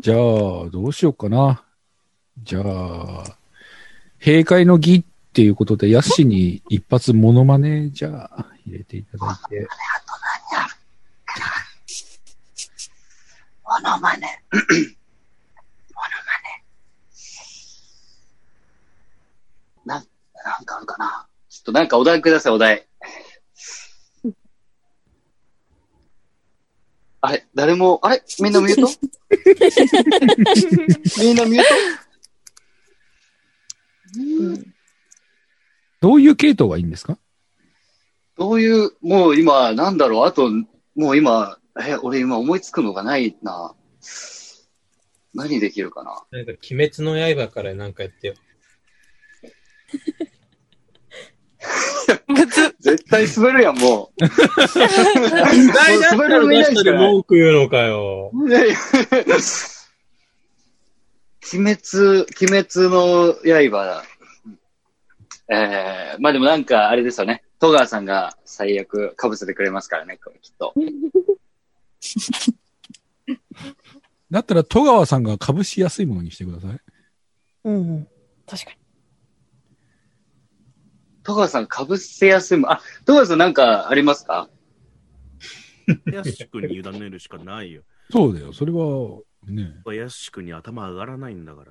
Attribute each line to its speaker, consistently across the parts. Speaker 1: じゃあ、どうしようかな。じゃあ、閉会の儀っていうことで、ヤッシーに一発モノマネ、じゃあ、入れていただいて。
Speaker 2: モノマネ。モノマネ。なん、なんかあるかな。ちょっとなんかお題ください、お題。あれ、誰も、あれみんなミュートみんなミュー
Speaker 1: どういう系統がいいんですか
Speaker 2: トどういう、もう今、なんだろう、あと、もう今、え、俺今思いつくのがないな。何できるかな。
Speaker 3: なんか、鬼滅の刃からなんかやってよ。
Speaker 2: 絶対滑るやん、もう。
Speaker 3: 大
Speaker 2: それも見ないしかない
Speaker 3: 文句言うのかよ。
Speaker 2: いやいや鬼滅、鬼滅の刃。えー、まあでもなんかあれですよね。戸川さんが最悪被せてくれますからね、これきっと。
Speaker 1: だったら、戸川さんが株しやすいものにしてください。
Speaker 4: うんうん。確かに。
Speaker 2: 戸川さん被せやすいもん。あ、戸川さんなんかありますか
Speaker 5: ヤッシュ君に委ねるしかないよ。
Speaker 1: そうだよ。それは、ね。
Speaker 5: ヤッシュ君に頭上がらないんだから。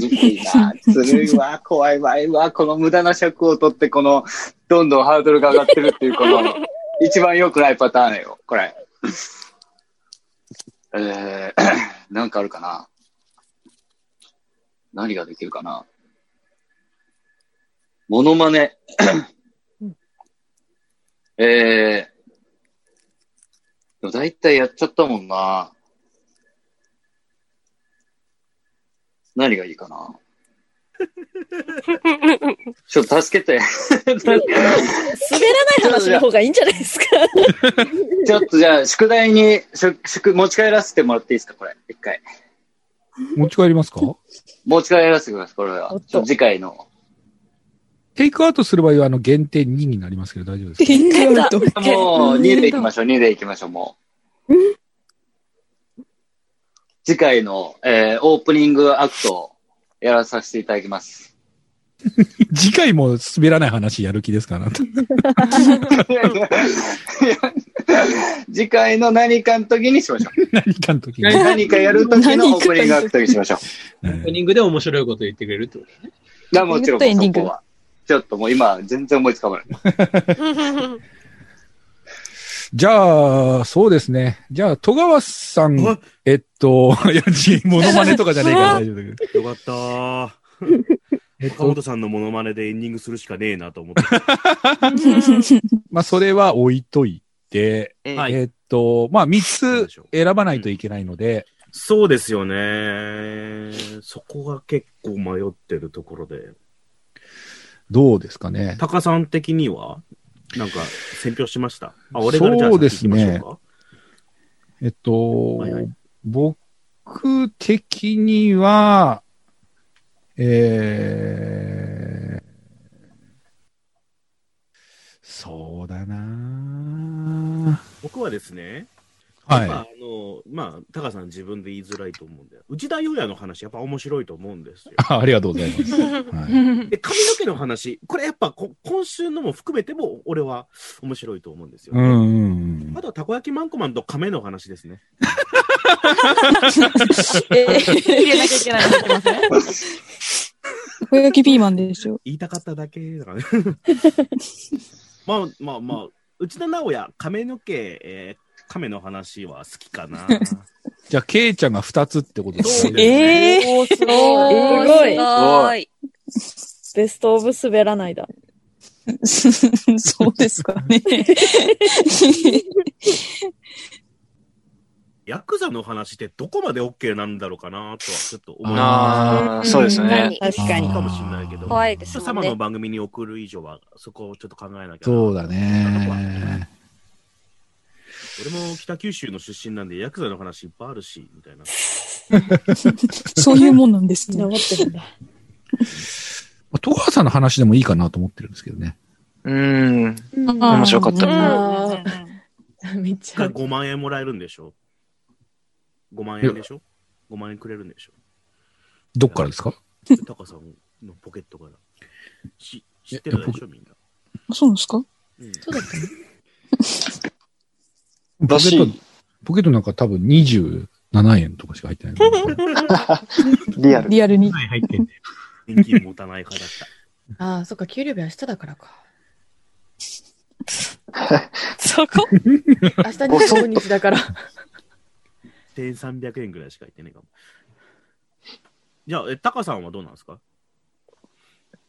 Speaker 2: ずるいな、ずるいわ、怖いわ、いわ、この無駄な尺を取って、この、どんどんハードルが上がってるっていう、この、一番良くないパターンよ、これ。えー、 なんかあるかな何ができるかなモノマネ。 えー、でも大体やっちゃったもんな。何がいいかなちょっと助けて。
Speaker 4: 滑らない話の方がいいんじゃないですか。
Speaker 2: ちょっとじゃあ、宿題に、宿、宿、持ち帰らせてもらっていいですか、これ。一回。
Speaker 1: 持ち帰りますか
Speaker 2: 持ち帰らせてください、これは
Speaker 4: おっ。と
Speaker 2: ちょっと次回の。
Speaker 1: テイクアウトする場合は、あの、限定2になりますけど、大丈夫ですか
Speaker 4: 限界だ
Speaker 2: もう、2でいきましょう、2でいきましょう、もう。次回の、えー、オープニングアクトをやらさせていただきます。
Speaker 1: 次回も滑らない話やる気ですかあなと。
Speaker 2: いやいや次回の何かの時にしましょう。
Speaker 1: 何かの時に。
Speaker 3: 何
Speaker 2: 何かやる時のオープニングアクトにしましょう。
Speaker 1: え
Speaker 3: オー
Speaker 1: ー
Speaker 3: プニングで面白いこと言ってくれるってこと
Speaker 2: だからもちろん、
Speaker 4: エンディン
Speaker 2: そ
Speaker 4: グ
Speaker 2: こは。ちょっともう今、全然思いつか まない。
Speaker 1: じゃあ、そうですね。じゃあ、戸川さん、
Speaker 5: お
Speaker 1: えっと、 いや、じモノマネとかじゃねえから大丈夫だけど。
Speaker 5: よかったー。
Speaker 1: えっ
Speaker 5: 岡
Speaker 1: と、
Speaker 5: 本さんのモノマネでエンディングするしかねえなと思って。
Speaker 1: まあ、それは置いといて、
Speaker 5: はい
Speaker 1: えっと、まあ、3つ選ばないといけないので、
Speaker 5: そうですよね。そこが結構迷ってるところで。
Speaker 1: どうですかね。
Speaker 5: タカさん的にはなんか、選評しました。あ、俺からじゃあ
Speaker 1: そうですね
Speaker 5: 先行きましょうか
Speaker 1: えっと、
Speaker 5: はいはい
Speaker 1: 僕的には、えー、そうだな
Speaker 5: 僕はですね、
Speaker 1: はい。
Speaker 5: やっぱ
Speaker 1: あ
Speaker 5: あの、まあ、タカさん自分で言いづらいと思うんで、内田裕也の話、やっぱ面白いと思うんですよ。
Speaker 1: ありがとうございます。はい、
Speaker 5: で、髪の毛の話、これやっぱこ今週のも含めても、俺は面白いと思うんですよ
Speaker 1: う
Speaker 5: ね、
Speaker 1: んうんうん
Speaker 5: あ。とはたこ焼きマンコマンと亀の話ですね。
Speaker 6: 入れなきゃいけないの入ってません
Speaker 4: たこ焼きピーマンでしょ。
Speaker 5: 言いたかっただけ だからね。まあまあまあ、内田直也、亀の毛、えー亀の話は好き かな。
Speaker 1: じゃあ、ケイちゃんが2つってことです
Speaker 5: そう
Speaker 1: ね。
Speaker 5: ですね
Speaker 4: ええ
Speaker 6: おー、す
Speaker 4: おーすごい
Speaker 6: ごい。
Speaker 4: ベストオブ滑らないだ。
Speaker 7: そうですかね。
Speaker 5: ヤクザの話ってどこまで OK なんだろうかなとはちょっと思いま
Speaker 8: ああ、そうですね。
Speaker 4: 確かに
Speaker 5: かもしれないけど。
Speaker 6: 怖いですす
Speaker 5: 人様
Speaker 6: もんね
Speaker 5: の。番組に送る以上は、そこをちょっと考えなきゃ。
Speaker 1: そうだ。ね。
Speaker 5: 俺も北九州の出身なんで、ヤクザの話いっぱいあるし、み たいな。
Speaker 7: そういうもんなんですね。
Speaker 4: 残ってるんだ。
Speaker 1: まあ戸川さんの話でもいいかなと思ってるんですけどね。
Speaker 8: うん。
Speaker 6: 面
Speaker 8: 白かった
Speaker 6: あ
Speaker 4: めっ
Speaker 5: 一
Speaker 4: ちゃ
Speaker 5: 回。5万円もらえるんでしょ5万円でしょ ?5 万円くれるん でしょ
Speaker 9: どっからですか
Speaker 5: タカさんのポケットから。し知ってるでしょみんな。
Speaker 6: そうなんですか
Speaker 5: うん
Speaker 10: そうだったね
Speaker 11: ら
Speaker 9: ポケ
Speaker 11: し
Speaker 9: ット
Speaker 11: い、
Speaker 9: ポケットなんか多分27円とかしか入ってないのかな。
Speaker 11: リアル。
Speaker 6: リアル に。
Speaker 3: はい、入ってんだよ。
Speaker 5: 現金持たない方だっ
Speaker 1: ああ、そっか、給料日明日だからか。
Speaker 10: そこ
Speaker 1: 明日25日だから。
Speaker 5: た。1300円ぐらいしか入ってないかも。じゃあ、えタカさんはどうなんですか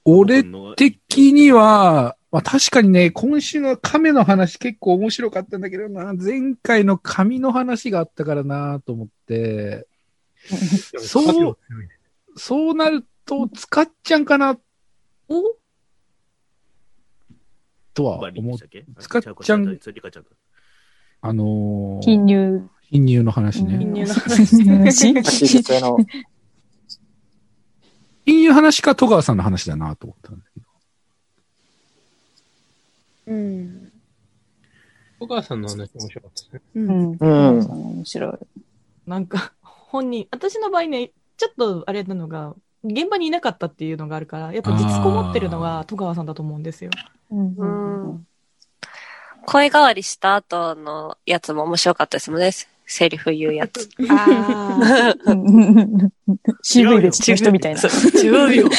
Speaker 9: 俺、的には、まあ確かにね、今週の亀の話結構面白かったんだけどな、前回の紙の話があったからなと思って、そう、そうなると使っちゃうかな
Speaker 10: お
Speaker 9: と
Speaker 5: 僕
Speaker 9: は
Speaker 5: の
Speaker 9: 思う。
Speaker 5: 使
Speaker 9: 使っちゃん
Speaker 5: リカちゃんだ
Speaker 9: あのー、
Speaker 6: 金融。
Speaker 9: 貧乳の話ね。
Speaker 1: 貧乳の
Speaker 6: 金融の話
Speaker 11: 先日あの、
Speaker 9: 貧乳の話か戸川さんの話だなと思ったんだけど。
Speaker 1: うん。
Speaker 3: お母さんの話面白かったですね。
Speaker 1: う。
Speaker 6: うんん。
Speaker 11: うん
Speaker 6: 面白い。
Speaker 4: なんか、本人、私の場合ね、ちょっとあれなのが、現場にいなかったっていうのがあるから、やっぱ立ちこもってるの
Speaker 9: あー
Speaker 4: は戸川さんだと思うんですよ。
Speaker 6: うんうんうん
Speaker 8: 声変わりした後のやつも面白かったですもんね。セリフ言うやつ。
Speaker 4: あ
Speaker 6: うんうんうん渋いです、人みたいな。
Speaker 1: 違うよ。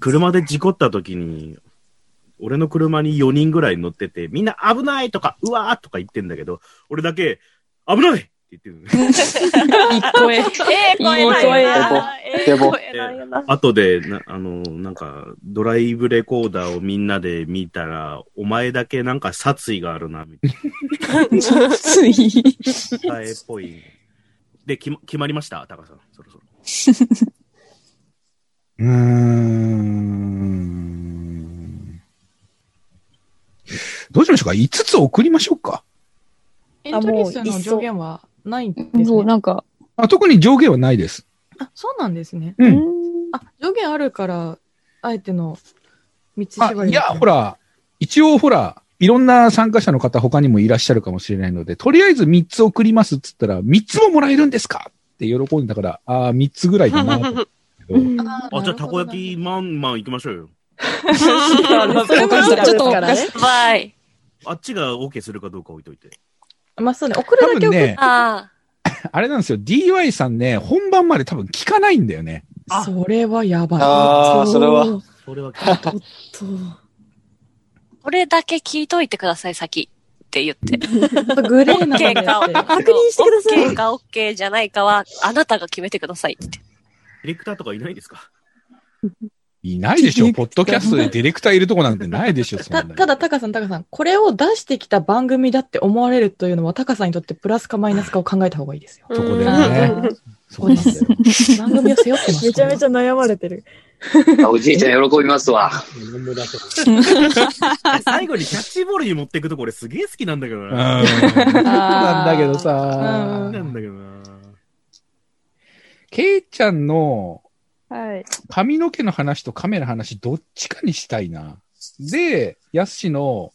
Speaker 5: 車で事故った時に、俺の車に4人ぐらい乗ってて、みんな危ないとか、うわーとか言ってんだけど、俺だけ、危ないって言って る。
Speaker 6: いい声。
Speaker 8: ええ
Speaker 6: 声なんや
Speaker 8: な。ええ声
Speaker 5: なん
Speaker 8: やな。
Speaker 5: 後で、なあの、なんか、ドライブレコーダーをみんなで見たら、お前だけなんか殺意があるな、みたい
Speaker 6: つい。
Speaker 5: な。答えっぽい。で、決ま決まりましたタカさん、そろそろ。
Speaker 9: うーん。どうしましょうか ?5 つ送りましょうか。
Speaker 4: エントリー数の上限はないんですね。
Speaker 6: そう、なんか、
Speaker 9: あ特に上限はないです。
Speaker 4: あ、そうなんですね。
Speaker 9: うん。
Speaker 4: あ、上限あるから、あえての道
Speaker 9: あ
Speaker 4: 縛り。
Speaker 9: いや、ほ
Speaker 4: ら。
Speaker 9: ら、一応ほら、いろんな参加者の方他にもいらっしゃるかもしれないので、とりあえず3つ送りますっつったら、3つももらえるんですかって喜んだから、ああ、3つぐらいだなと思ったけど。
Speaker 5: あ、じゃあ、たこ焼きまんまん行きましょうよ。
Speaker 6: それはちょっとおかしい。
Speaker 8: バイ。
Speaker 5: あっちが OK するかどうか置いといて。
Speaker 4: まあそうね、送るだけ
Speaker 9: 多分
Speaker 4: 送る。
Speaker 9: ね、
Speaker 8: あ
Speaker 9: あれなんですよ、DY さんね、本番まで多分聞かないんだよね。
Speaker 4: それはやばい。
Speaker 11: あーそれは
Speaker 4: おっ
Speaker 5: それは聞いた。
Speaker 4: と
Speaker 8: あ、これだけ聞いといてください、先。って言って。
Speaker 4: ちょっとグレーなので
Speaker 8: OK か、
Speaker 4: 確認してください。
Speaker 8: OK か OK じゃないかは、あなたが決めてくださいって。
Speaker 5: ディレクターとかいないで すか
Speaker 9: いないでしょ、
Speaker 6: ディレク
Speaker 9: ポッドキャストでディレクターいるとこなんてないでしょ、そんな
Speaker 4: た、ただ、タカさん、タカさん、これを出してきた番組だって思われるというのは、タカさんにとってプラスかマイナスかを考えた方がいいですよ。
Speaker 9: そこだ
Speaker 8: うん
Speaker 9: よね。そうなんだよ。
Speaker 4: 番組を背負ってます。
Speaker 10: めちゃめち
Speaker 4: ゃ。
Speaker 10: ゃ悩まれてる。
Speaker 2: おじいちゃん喜びますわ。
Speaker 3: 何も出せない
Speaker 5: 最後にキャッチボールに持っていくとこ俺すげえ好きなんだけど
Speaker 9: うん。
Speaker 5: な。
Speaker 9: なんだけど
Speaker 5: 好
Speaker 9: さ
Speaker 5: き、なんだけどな。
Speaker 9: ケイちゃんの
Speaker 10: はい。
Speaker 9: 髪の毛の話とカメラの話どっちかにしたいな。で、ヤスシの、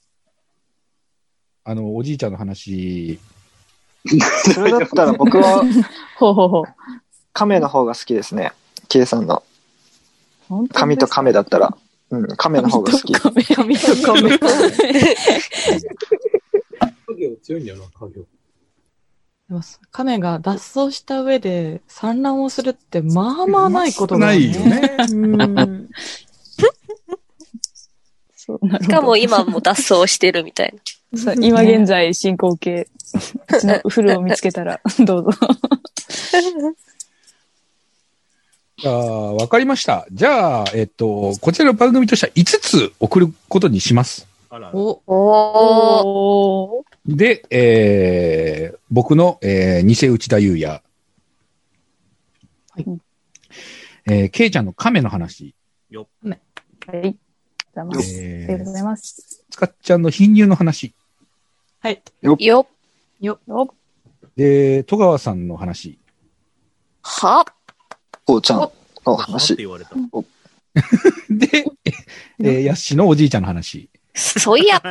Speaker 9: あの、おじいちゃんの話、
Speaker 11: それだったら僕は
Speaker 6: ほうほうほう。
Speaker 11: カメの方が好きですね。ケイさんの。
Speaker 6: 本当です
Speaker 11: 紙とカメだったら。うん、カメの方が好き。
Speaker 6: 紙と亀
Speaker 3: 影を強いんだよな、影を。
Speaker 4: 亀が脱走した上で産卵をするって、まあまあないことが、
Speaker 9: ないよ。ね。
Speaker 1: うん。
Speaker 6: そうなる
Speaker 8: し
Speaker 6: ほ
Speaker 8: か
Speaker 6: ど
Speaker 8: も今もう脱走してるみたいな。
Speaker 6: さ今現在進行形。うちのフルを見つけたら、 どうぞ。
Speaker 9: じゃあ、わかりました。じゃあ、えっと、こちらの番組としては5つ送ることにします。
Speaker 5: あら、
Speaker 4: お、
Speaker 8: おー。
Speaker 6: おー。
Speaker 9: で、えー、僕の、えー、偽内田優也。
Speaker 4: はい。
Speaker 9: えー、ケイちゃんの亀の話。
Speaker 6: はい。ありがとうございます。あり
Speaker 9: え
Speaker 6: がと
Speaker 9: ー
Speaker 6: うご、ざいます。
Speaker 9: つかっちゃんの貧乳の話。
Speaker 4: はい。
Speaker 8: よっ。
Speaker 6: お
Speaker 9: で、戸川さんの話。
Speaker 8: は
Speaker 11: こうちゃんの
Speaker 5: あって
Speaker 11: 話。
Speaker 5: 言われた。
Speaker 9: で、えー、ヤッシーのおじいちゃんの話。
Speaker 8: そういや。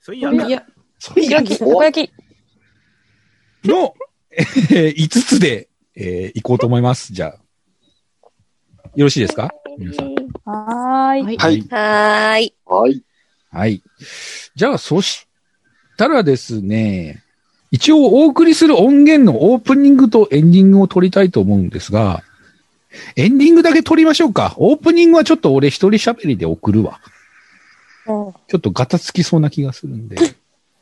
Speaker 5: そうい
Speaker 4: いや
Speaker 5: や、、
Speaker 4: いや
Speaker 9: そういや
Speaker 6: たこ焼き。
Speaker 9: の、えー、5つで、えー行こうと思います。じゃあ。よろしいですか皆さん。
Speaker 6: はーい。
Speaker 9: はい
Speaker 8: はーい。
Speaker 2: はい。
Speaker 9: はい。じゃあ、そしたらですね、一応お送りする音源のオープニングとエンディングを撮りたいと思うんですが、エンディングだけ撮りましょうか。オープニングはちょっと俺一人喋りで送るわ。ちょっとガタつきそうな気がするんで。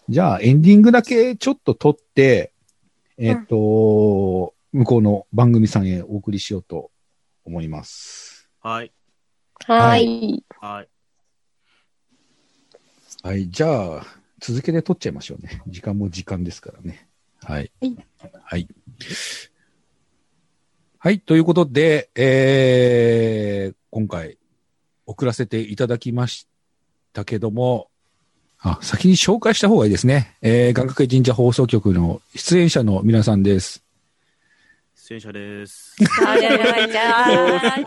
Speaker 9: じゃあ、エンディングだけちょっと撮って、えっ、と、向こうの番組さんへお送りしようと思います。
Speaker 5: はい。
Speaker 9: は
Speaker 6: はい。
Speaker 5: はい。
Speaker 9: はい、じゃあ、続けて撮っちゃいましょうね。時間も時間ですからね。はい。
Speaker 4: はい。
Speaker 9: はい。はい、ということで、えー、今回、送らせていただきましたけども、あ、先に紹介した方がいいですね。えー、眼科神社放送局の出演者の皆さんです。
Speaker 5: 出演者です。
Speaker 8: はいはいはい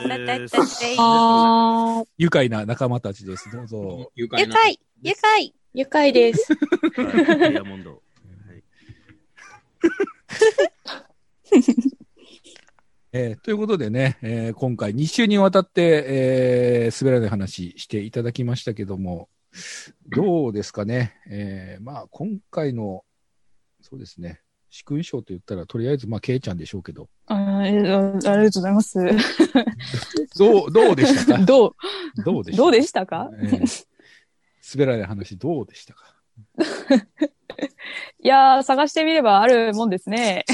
Speaker 8: は
Speaker 6: あ
Speaker 9: 愉快な仲間たちです。どうぞ。
Speaker 3: 愉
Speaker 8: い。愉快愉快
Speaker 1: 愉快です。
Speaker 5: はいダイヤモンド。はい
Speaker 9: えーということでね、えー今回2週にわたって、えー滑らない話していただきましたけども、どうですかね。えーまあ、今回の、そうですね、殊勲賞と言ったら、とりあえず、まあ、ケイちゃんでしょうけど、
Speaker 6: あーえーあありがとうございます。
Speaker 9: どう、 どうでしたか
Speaker 6: ど
Speaker 9: どうで
Speaker 6: う、
Speaker 9: した
Speaker 6: どうでしたか
Speaker 9: えー滑らない話どうでしたか
Speaker 6: いやー、探してみればあるもんですね。
Speaker 8: っ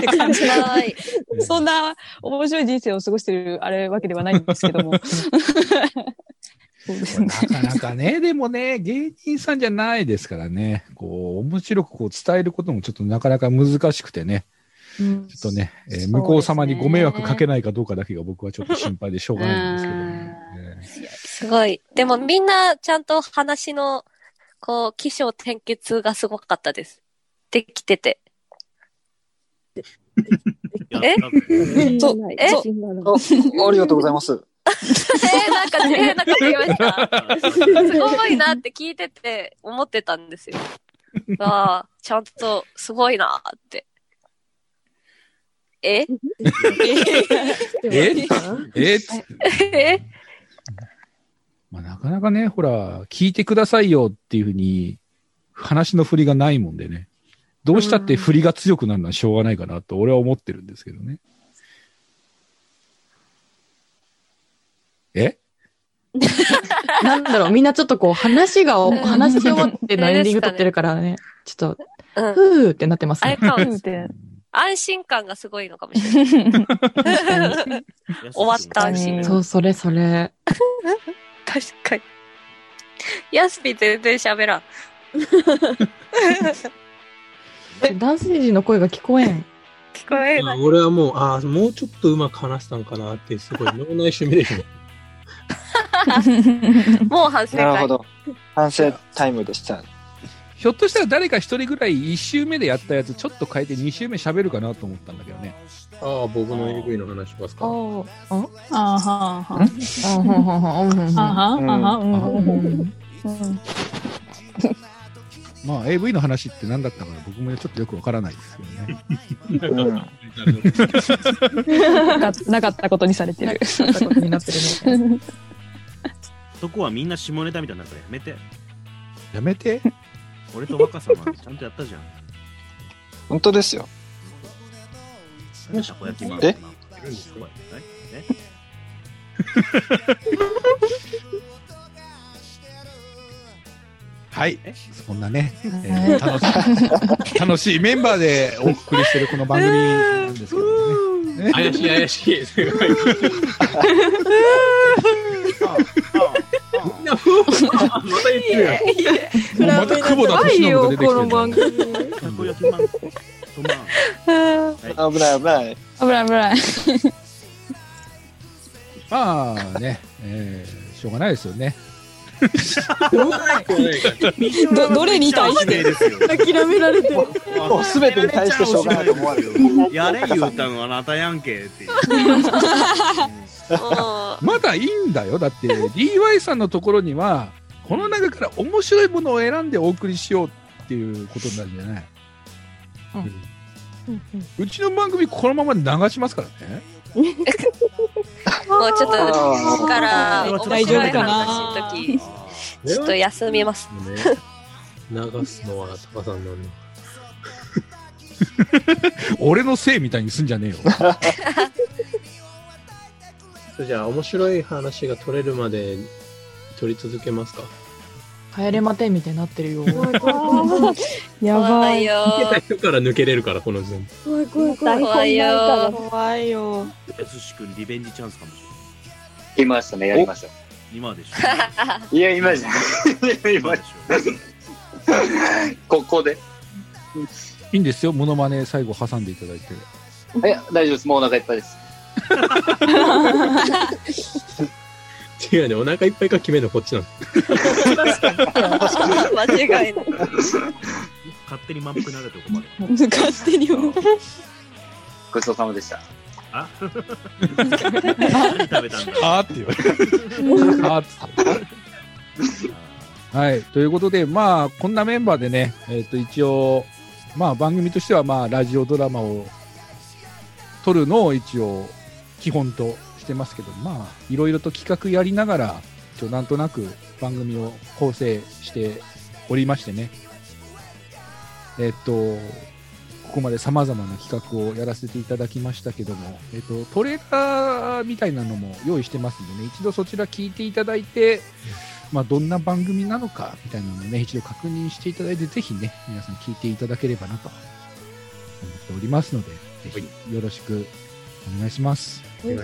Speaker 8: て感じない。
Speaker 6: そんな面白い人生を過ごしてるあれわけではないんですけども。そうですね
Speaker 9: な。かなかね、 でもね、芸人さんじゃないですからね、こう、面白くこう伝えることもちょっとなかなか難しくてね、
Speaker 1: うん
Speaker 9: ちょっとね、えー
Speaker 1: そうですね
Speaker 9: 向こう様にご迷惑かけないかどうかだけが僕はちょっと心配でしょうがないんですけどね、えー
Speaker 8: すごい。でもみんなちゃんと話の、こう、起承転結がすごかったです。できてて。
Speaker 5: やっ
Speaker 8: え
Speaker 5: たね
Speaker 6: そう
Speaker 1: ない
Speaker 8: え
Speaker 1: 自信がない
Speaker 11: ありがとうございます。
Speaker 8: えー、なんか、えー、なんか言いました。すごいなって聞いてて思ってたんですよ。わあ、ちゃんとすごいなって。え
Speaker 9: ええーつ
Speaker 8: え
Speaker 9: まあ、なかなかね、ほら、聞いてくださいよっていうふうに、話の振りがないもんでね、どうしたって振りが強くなるのはしょうがないかなと俺は思ってるんですけどね。え
Speaker 1: なんだろう、みんなちょっとこう、話が、
Speaker 8: ん
Speaker 1: 話し終わってのエンディング撮ってるからね、ちょっと、
Speaker 8: うん。
Speaker 1: ふーってなってます
Speaker 8: あれ
Speaker 1: ね。
Speaker 8: か
Speaker 6: う
Speaker 8: も。
Speaker 6: んて
Speaker 8: 安心感がすごいのかもしれない。 終わった安心
Speaker 1: そう、それ、それ。
Speaker 8: 確かに。ヤスピ全然喋らん。
Speaker 1: 男性陣の声が聞こえん。
Speaker 8: 聞こえない。
Speaker 3: あ俺はもう、ああ、もうちょっとうまく話したんかなって、すごい脳内シミュレーション。
Speaker 8: もう反省会。
Speaker 11: なるほど。反省タイムでした。
Speaker 9: ひょっとしたら誰か一人ぐらい1周目でやったやつちょっと変えて2周目喋るかなと思ったんだけどね。
Speaker 3: ああ、僕の AV の話しますか。
Speaker 1: おー。あ
Speaker 10: あーはーはー
Speaker 1: あ、ほんほんほんほんほん
Speaker 10: あーはーはーうんうんうん
Speaker 9: まあ AV の話って何だったかな僕もちょっとよくわからないですけどね。
Speaker 11: うん。
Speaker 6: ななかったことにされてる。
Speaker 1: なんかことになってるね。
Speaker 5: そこはみんな下ネタみたいになるからやめて。
Speaker 9: やめ て。
Speaker 5: 俺と若様ちゃんとやったじゃん。
Speaker 11: 本当ですよ。
Speaker 5: たこ焼きマン
Speaker 11: え
Speaker 5: え
Speaker 9: はい
Speaker 5: え。
Speaker 9: そんなね、えー楽しい、 楽しいメンバーでお送りしてるこの番組なんですけどね。ね
Speaker 3: 怪しい怪しい。すごいみんな、ふぅ、また言ってるやん。
Speaker 9: もうまた久保田敏信が出てきてるんだよ
Speaker 4: 組。
Speaker 5: たこ焼きマンとまあ
Speaker 11: 危ない危ない。
Speaker 6: 危ない危ない。
Speaker 9: まあね、えーしょうがないですよね。
Speaker 6: ど、どれに対し
Speaker 5: いいですよ
Speaker 1: 諦められてる。
Speaker 11: もう全てに対してしょうがないと思われる。
Speaker 5: やれ言うたのはあなたやんけっていう。
Speaker 8: も
Speaker 9: まだいいんだよ。だって DY さんのところには、この中から面白いものを選んでお送りしようっていうことになるんじゃないうちの番組このまま流しますからね。
Speaker 8: もうちょっと、だから、面
Speaker 4: 大
Speaker 8: 白
Speaker 4: 丈
Speaker 8: い
Speaker 4: 夫かな
Speaker 8: 話の時、 ちょっと休みます。
Speaker 3: 流すのはタカさんなんだ。
Speaker 9: 俺のせいみたいにすんじゃねえよ。
Speaker 3: それじゃあ、面白い話が取れるまで取り続けますか
Speaker 4: 帰れまてんみたいになってる よ。
Speaker 6: やばい。
Speaker 8: よ
Speaker 3: 抜けた人から抜けれるから、この時点で。
Speaker 6: 怖い怖い
Speaker 8: 怖いよ
Speaker 4: 怖いよ。
Speaker 5: やすし君リベンジチャンスかもしれない。
Speaker 2: 来ましたね、やりましょう。
Speaker 5: 今でしょ。
Speaker 2: いや、今じゃない。今
Speaker 5: 今
Speaker 2: じ
Speaker 5: で
Speaker 2: ゃ
Speaker 5: し
Speaker 2: ないここで。
Speaker 9: いいんですよ、モノマネ最後挟んでいただいて。
Speaker 2: え、大丈夫です。もうお腹いっぱいです。
Speaker 3: 違うね、お腹いっぱいか決めるのこっちなの。
Speaker 8: 間 違いない。
Speaker 5: ょ。勝手に満腹になると こまで。
Speaker 6: 勝手に思う
Speaker 2: ごちそうさまでした。
Speaker 5: あ何食べたんだ
Speaker 9: あーって言われる。あーって言われるはい。ということで、まあ、こんなメンバーでね、えっ、と、一応、まあ、番組としては、まあ、ラジオドラマを撮るのを一応、基本としてますけど、まあ、いろいろと企画やりながら、一応、なんとなく番組を構成しておりましてね。えっ、と、ここまで様々な企画をやらせていただきましたけども、えっと、トレーラーみたいなのも用意してますんでね、一度そちら聞いていただいて、まあ、どんな番組なのかみたいなのをね、一度確認していただいて、ぜひね、皆さん聞いていただければなと思っておりますので、ぜひよろしくお願いします。
Speaker 11: お願い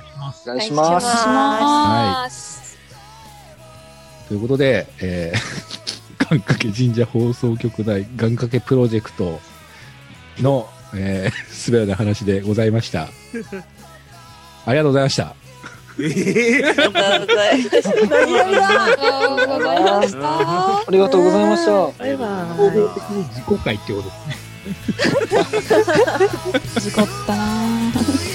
Speaker 11: します。
Speaker 8: す。
Speaker 9: ということで、えー、 願掛け神社放送局内願掛けプロジェクトの、えー、すべらない話でございました。ありがとうございました。
Speaker 5: ええ
Speaker 8: ありがとうございます。
Speaker 11: ありがとうございました。
Speaker 10: バイバ
Speaker 3: 総
Speaker 10: イ。
Speaker 3: 合的に自己回ってこと
Speaker 6: 事故ったなー